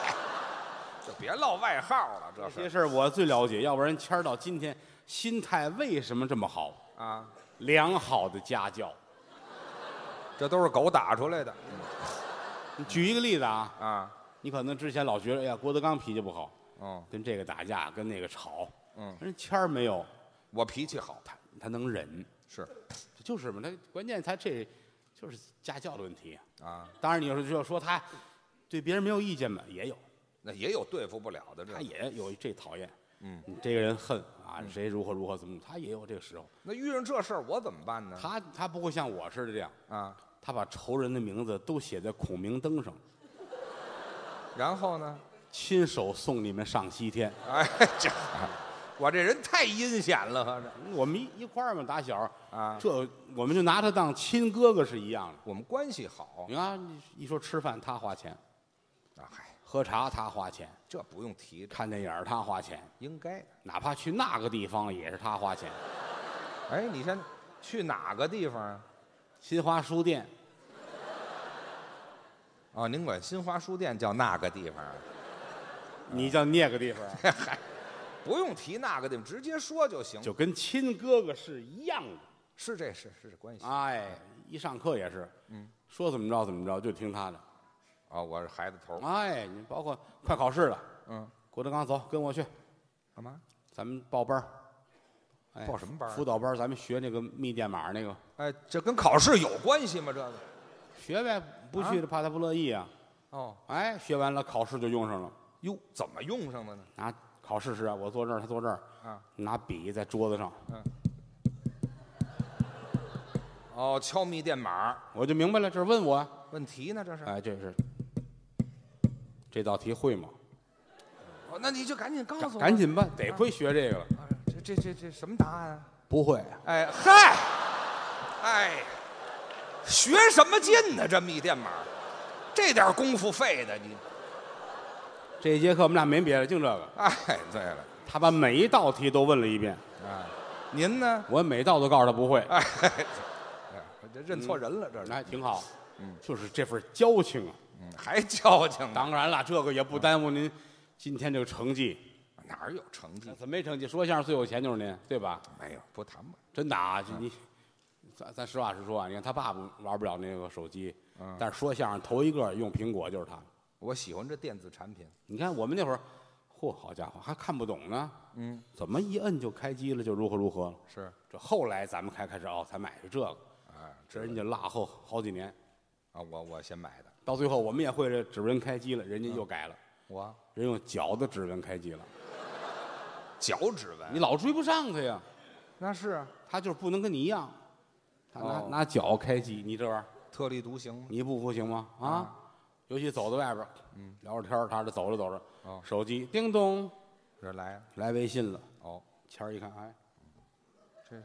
S3: 就别落外号了，这
S2: 这些
S3: 是
S2: 事儿我最了解，要不然谦儿到今天心态为什么这么好？
S3: 啊，
S2: 良好的家教，
S3: 这都是狗打出来的
S2: 你举一个例子啊，
S3: 啊，
S2: 你可能之前老觉得，哎呀，郭德纲脾气不好，
S3: 嗯
S2: 跟这个打架，跟那个吵，
S3: 嗯，
S2: 人谦儿没有，
S3: 我脾气好，
S2: 他他能忍，
S3: 是
S2: 这就是嘛，他关键他这就是家教的问题。
S3: 啊，
S2: 当然，你要是就说他对别人没有意见嘛，也有，
S3: 那也有对付不了的这
S2: 他
S3: 个。
S2: 也有这讨厌，
S3: 嗯，
S2: 你这个人恨啊，谁如何如何怎么，他也有这个时候，
S3: 那遇上这事儿我怎么办呢？
S2: 他他不会像我似的这样。
S3: 啊，
S2: 他把仇人的名字都写在孔明灯上，
S3: 然后呢？
S2: 亲手送你们上西天。
S3: 哎，这我这人太阴险了，合着
S2: 我们一一块儿嘛，打小
S3: 啊
S2: 这我们就拿他当亲哥哥是一样的。
S3: 我们关系好
S2: 啊你看，一说吃饭他花钱，
S3: 啊，嗨，
S2: 喝茶他花钱，
S3: 这不用提，
S2: 看电影儿他花钱，
S3: 应该。
S2: 哪怕去那个地方也是他花钱。
S3: 哎，你先去哪个地方啊？
S2: 新华书店，
S3: 哦，您管新华书店叫那个地方啊？
S2: 你叫那个地 方啊，
S3: 不用提那个地方，直接说就行。
S2: 就跟亲哥哥是一样的。
S3: 是这是是这关系啊、
S2: 哎，一上课也是，嗯，说怎么着怎么着就听他的。
S3: 哦我是孩子头儿。
S2: 哎，你包括快考试了，
S3: 嗯，
S2: 郭德纲走，跟我去，
S3: 干嘛？
S2: 咱们报班儿，哎
S3: 报什么班儿啊
S2: 辅导班儿，咱们学那个密电码那个，
S3: 哎，这跟考试有关系吗？这个？
S2: 学呗，不去的怕他不乐意啊。
S3: 哦，
S2: 哎，学完了考试就用上了，
S3: 哟，怎么用上的呢？
S2: 拿考试时啊，我坐这儿，他坐这儿，
S3: 啊，
S2: 拿笔在桌子上，
S3: 哦，敲密电码。
S2: 我就明白了，这是问我，啊
S3: 问题呢？这是？
S2: 哎，这是这道题会吗？
S3: 哦，那你就赶紧告诉我。
S2: 赶紧吧，得亏学这个了，
S3: 啊。这这这这什么答案、啊？
S2: 不会啊，
S3: 哎嗨，哎，学什么劲呢？这密电码，这点功夫费的你。
S2: 这节课我们俩没别的，净这个，
S3: 哎，对了，
S2: 他把每一道题都问了一遍，
S3: 啊，您呢？
S2: 我每道都告诉他不会，
S3: 哎，哎我这认错人了，这是、
S2: 哎，挺好，嗯，就是这份交情啊。
S3: 嗯还矫情呢？
S2: 当然了，这个也不耽误您今天这个成绩。
S3: 哪儿有成绩？
S2: 怎么没成绩？说相声最有钱就是您，对吧？
S3: 没有，不谈吧。
S2: 真的啊，就你，咱咱实话实说啊，你看他爸爸玩不了那个手机，但是说相声头一个用苹果就是他。
S3: 我喜欢这电子产品，
S2: 你看我们那会儿，嚯，好家伙，还看不懂呢，嗯，怎么一摁就开机了，就如何如何了？
S3: 是
S2: 这后来咱们才开始哦，才买的这个，
S3: 啊，
S2: 这
S3: 这
S2: 人家落后好几年，
S3: 啊，我我先买的，
S2: 到最后我们也会这指纹开机了，人家又改了，
S3: 我
S2: 人用脚的指纹开机了，
S3: 脚指纹
S2: 你老追不上他呀。
S3: 那是啊
S2: 他就是不能跟你一样，他拿、
S3: 哦
S2: 拿脚开机，你这玩意儿
S3: 特立独行嘛。
S2: 你不服行吗？啊，尤其走到外边，嗯，聊着天儿他这走着走着，
S3: 哦
S2: 手机叮咚
S3: 这来了
S2: 来微信了，
S3: 哦，
S2: 前儿一看，哎，
S3: 这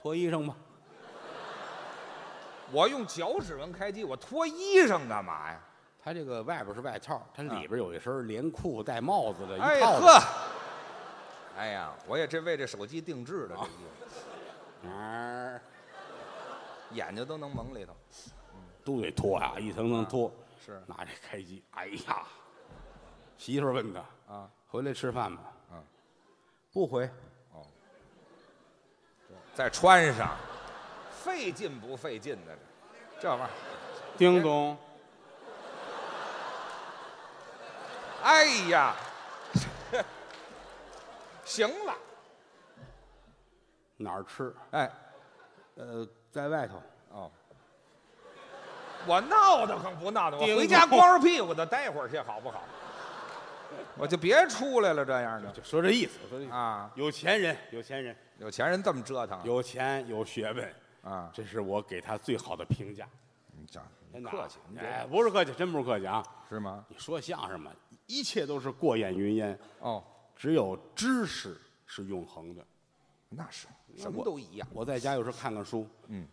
S2: 脱衣裳吧，
S3: 我用脚趾纹开机，我脱衣裳干嘛呀？
S2: 它这个外边是外套，它里边有一身连裤带帽子的
S3: 哎
S2: 一
S3: 呀
S2: 套的。
S3: 呵，哎呀，我也这为这手机定制的，这衣服
S2: 哎，
S3: 眼睛都能蒙里头。
S2: 都得脱啊，一层层脱。
S3: 是
S2: 拿这开机，哎呀，媳妇儿问他
S3: 啊，
S2: 回来吃饭吗？
S3: 嗯，
S2: 不回。
S3: 再穿上，费劲不费劲的这这玩意儿？
S2: 叮咚，
S3: 哎呀， 行了，
S2: 哪儿吃？
S3: 哎，
S2: 呃，在外头。
S3: 哦，我闹腾可不闹腾，
S2: 叮
S3: 我
S2: 咚
S3: 回家光着屁股的待会儿去好不好？我就别出来了，这样的
S2: 就说这意思，说这意思。
S3: 啊，
S2: 有钱人，有钱人，
S3: 有钱人这么折腾
S2: 有钱有学问，
S3: 啊？
S2: 这是我给他最好的评价。
S3: 你讲
S2: 真的啊
S3: 客气，你别
S2: 哎，不是客气，真不是客气啊！
S3: 是吗？
S2: 你说相声嘛，一切都是过眼云烟，
S3: 哦，
S2: 只有知识是永恒的。
S3: 那是什么都一样。
S2: 我在家有时候看看书，
S3: 嗯，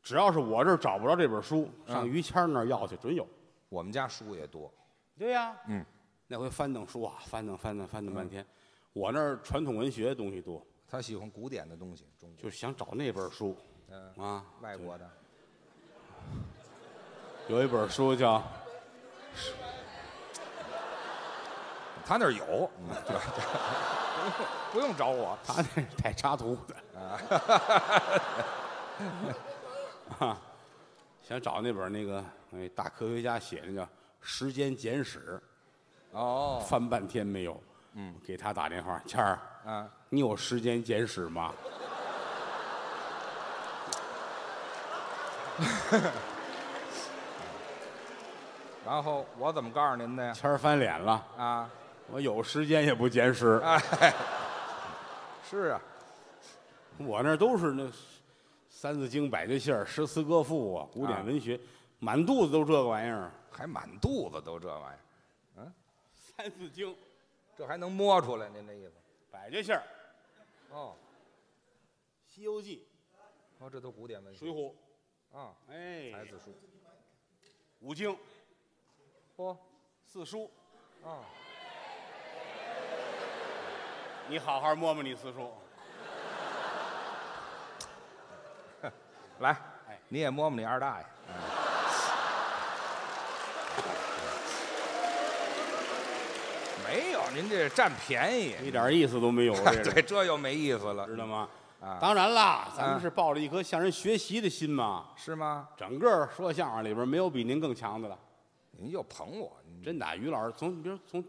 S2: 只要是我这儿找不着这本书，上于谦儿那儿要去，准有。
S3: 我们家书也多，
S2: 对呀、嗯
S3: 嗯，
S2: 那回翻腾书啊，翻腾翻腾翻腾半天，我那儿传统文学的东西多，
S3: 他喜欢古典的东西，中国
S2: 就想找那本书
S3: 嗯
S2: 啊。
S3: 外国的
S2: 有一本书叫
S3: 他那儿有，嗯对对不用找我。
S2: 他那是带插图的 啊，啊想找那本那个哎大科学家写的叫《时间简史
S3: 哦》，，
S2: 翻半天没有。嗯，给他打电话，谦儿，
S3: 啊，
S2: 你有《时间简史》吗？
S3: 然后我怎么告诉您的呀？
S2: 谦儿翻脸了，
S3: 啊，
S2: 我有时间也不简史，
S3: 是啊，
S2: 我那儿都是那三字经、百家姓儿、诗词歌赋啊，古
S3: 啊
S2: 典文学，满肚子都这个玩意儿。
S3: 还满肚子都这玩意儿，
S2: 三字经、
S3: 这还能摸出来？您这意思？
S2: 百家姓儿、
S3: 哦，
S2: 西游记、
S3: 哦，这都古典文学
S2: 水浒，
S3: 啊，才
S2: 哎，
S3: 子书，
S2: 五经、
S3: 嚯，
S2: 四书。嗯
S3: 啊，
S2: 你好好摸摸你四叔，
S3: 来
S2: 哎，
S3: 你也摸摸你二大爷，嗯没有，您这占便宜。
S2: 一点意思都 没有，这
S3: 对，
S2: 个
S3: 这又没意思了，
S2: 知道吗？
S3: 啊
S2: 当然啦，咱
S3: 啊
S2: 们是抱着一颗向人学习的心嘛。
S3: 是吗？
S2: 整个说相声里边没有比您更强的了，
S3: 您又捧我，您
S2: 真的。于老师从比如从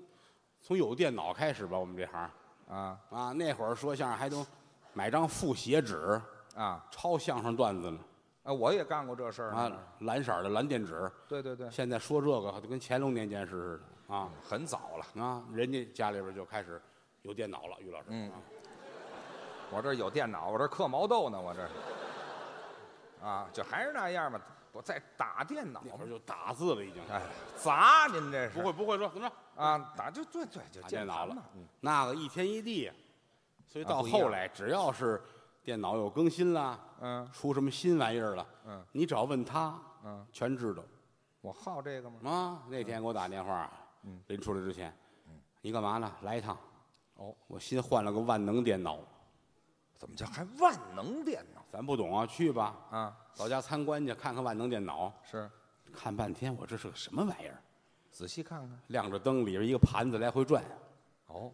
S2: 从有电脑开始吧，我们这行
S3: 啊
S2: 啊，那会儿说相声还都买张复写纸
S3: 啊
S2: 抄相声段子呢
S3: 啊！我也干过这事儿呢
S2: 啊，蓝色儿的蓝电纸。
S3: 对对对，
S2: 现在说这个就跟乾隆年间似的啊
S3: 很早了，
S2: 啊，人家家里边就开始有电脑了，于老师。
S3: 嗯
S2: 啊
S3: 我这儿有电脑，我这儿刻毛豆呢，我这儿啊，就还是那样吧，我在打电脑
S2: 那
S3: 嘛
S2: 会儿，就打字了已经。
S3: 哎，砸您这是
S2: 不会不会说怎么着？
S3: 啊？打就对对，就
S2: 打
S3: 键
S2: 电脑
S3: 盘
S2: 了
S3: 嘛，嗯，
S2: 那个一天一地，所以
S3: 啊
S2: 到
S3: 不一样
S2: 后来，只要是电脑有更新啦，
S3: 嗯
S2: 出什么新玩意儿了，
S3: 嗯，
S2: 你只要问他，
S3: 嗯，
S2: 全知道
S3: 我好这个吗？
S2: 啊。那天给我打电话，嗯，临出来之前，你干嘛呢？来一趟。
S3: 嗯哦，
S2: 我新换了个万能电脑，
S3: 怎么叫还万能电脑
S2: 咱不懂啊，去吧，
S3: 啊？
S2: 老家参观去，看看万能电脑。
S3: 是，
S2: 看半天，我这是个什么玩意儿？
S3: 仔细看看
S2: 亮着灯，里边一个盘子来回转，
S3: 哦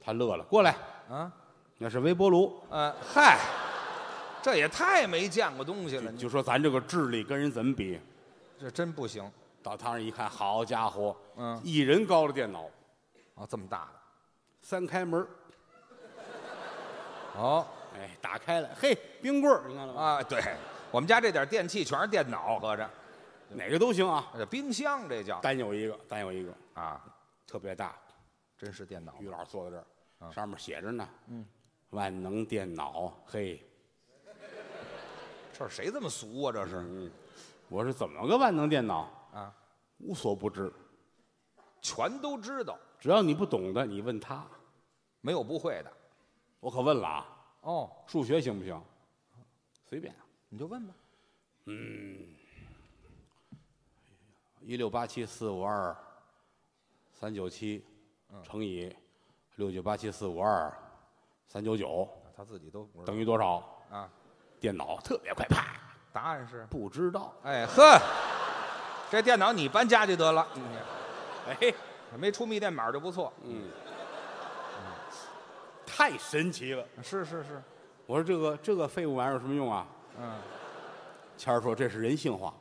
S2: 他乐了，过来，
S3: 啊，
S2: 那是微波炉。
S3: 呃，嗨，这也太没见过东西了，
S2: 就
S3: 你
S2: 就说咱这个智力跟人怎么比？
S3: 这真不行
S2: 到他那儿一看，好家伙，
S3: 嗯
S2: 一人高的电脑，
S3: 啊，这么大的。
S2: 三开门儿，
S3: 哦
S2: 哎，打开了，嘿，冰棍儿，你看了吗？
S3: 啊，对我们家这点电器全是电脑，合着
S2: 哪个都行啊，
S3: 这冰箱这叫
S2: 单有一个，单有一个，
S3: 啊，
S2: 特别大。
S3: 真是电脑
S2: 于老师坐在这
S3: 啊
S2: 儿，上面写着呢，嗯，万能电脑，嘿，
S3: 这谁这么俗啊？这是
S2: 嗯，我是怎么个万能电脑？
S3: 啊，
S2: 无所不知，
S3: 全都知道，
S2: 只要你不懂的，你问他。
S3: 没有不会的
S2: 我可问了啊，
S3: 哦，
S2: 数学行不行？随便，
S3: 你就问吧。
S2: 一六八七四五二三九七乘以六九八七四五二三九九
S3: 他自己都不知道
S2: 等于多少？
S3: 啊。
S2: 电脑特别快，啪！
S3: 答案是，
S2: 不知道，
S3: 哎呵，这电脑你搬家就得了，嗯
S2: 哎，
S3: 没出密电码就不错。
S2: 太神奇了！
S3: 是是是，
S2: 我说这个这个废物玩意儿有什么用啊？
S3: 嗯，
S2: 谦儿说这是人性化，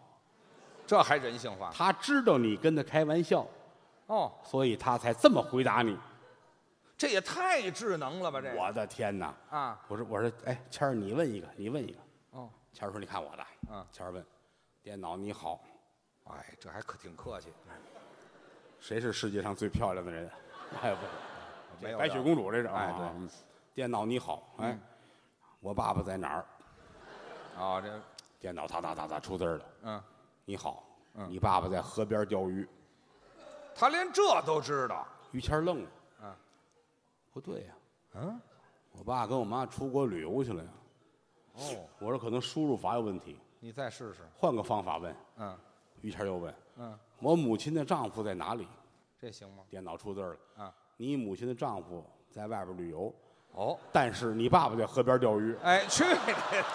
S3: 这还人性化
S2: 他知道你跟他开玩笑，
S3: 哦，
S2: 所以他才这么回答你。
S3: 这也太智能了吧？这个
S2: 我的天哪！
S3: 啊，
S2: 我说我说，哎，谦儿，你问一个，你问一个。
S3: 哦，
S2: 谦儿说：“你看我的。”
S3: 嗯
S2: 谦儿问：“电脑你好，
S3: 哎，这还可挺客气，
S2: 谁是世界上最漂亮的人？” 哎，不是，
S3: 没有
S2: 白雪公主这是。
S3: 哎对嗯
S2: 啊，嗯电脑你好，哎，我爸爸在哪儿？
S3: 啊，哦这
S2: 电脑哒哒哒哒出字儿了。
S3: 嗯，
S2: 你好，你爸爸在河边钓鱼。
S3: 他连这都知道，
S2: 于谦儿愣了。
S3: 嗯，
S2: 不对呀，
S3: 嗯，
S2: 我爸跟我妈出国旅游去了呀。
S3: 哦，
S2: 我说可能输入法有问题，
S3: 你再试试，
S2: 换个方法问。
S3: 嗯
S2: 于谦儿又问
S3: 嗯，：“
S2: 我母亲的丈夫在哪里
S3: 这行吗？？”
S2: 电脑出字儿了。
S3: 啊，
S2: 你母亲的丈夫在外边旅游，
S3: 哦，
S2: 但是你爸爸在河边钓鱼。
S3: 哎，去你的！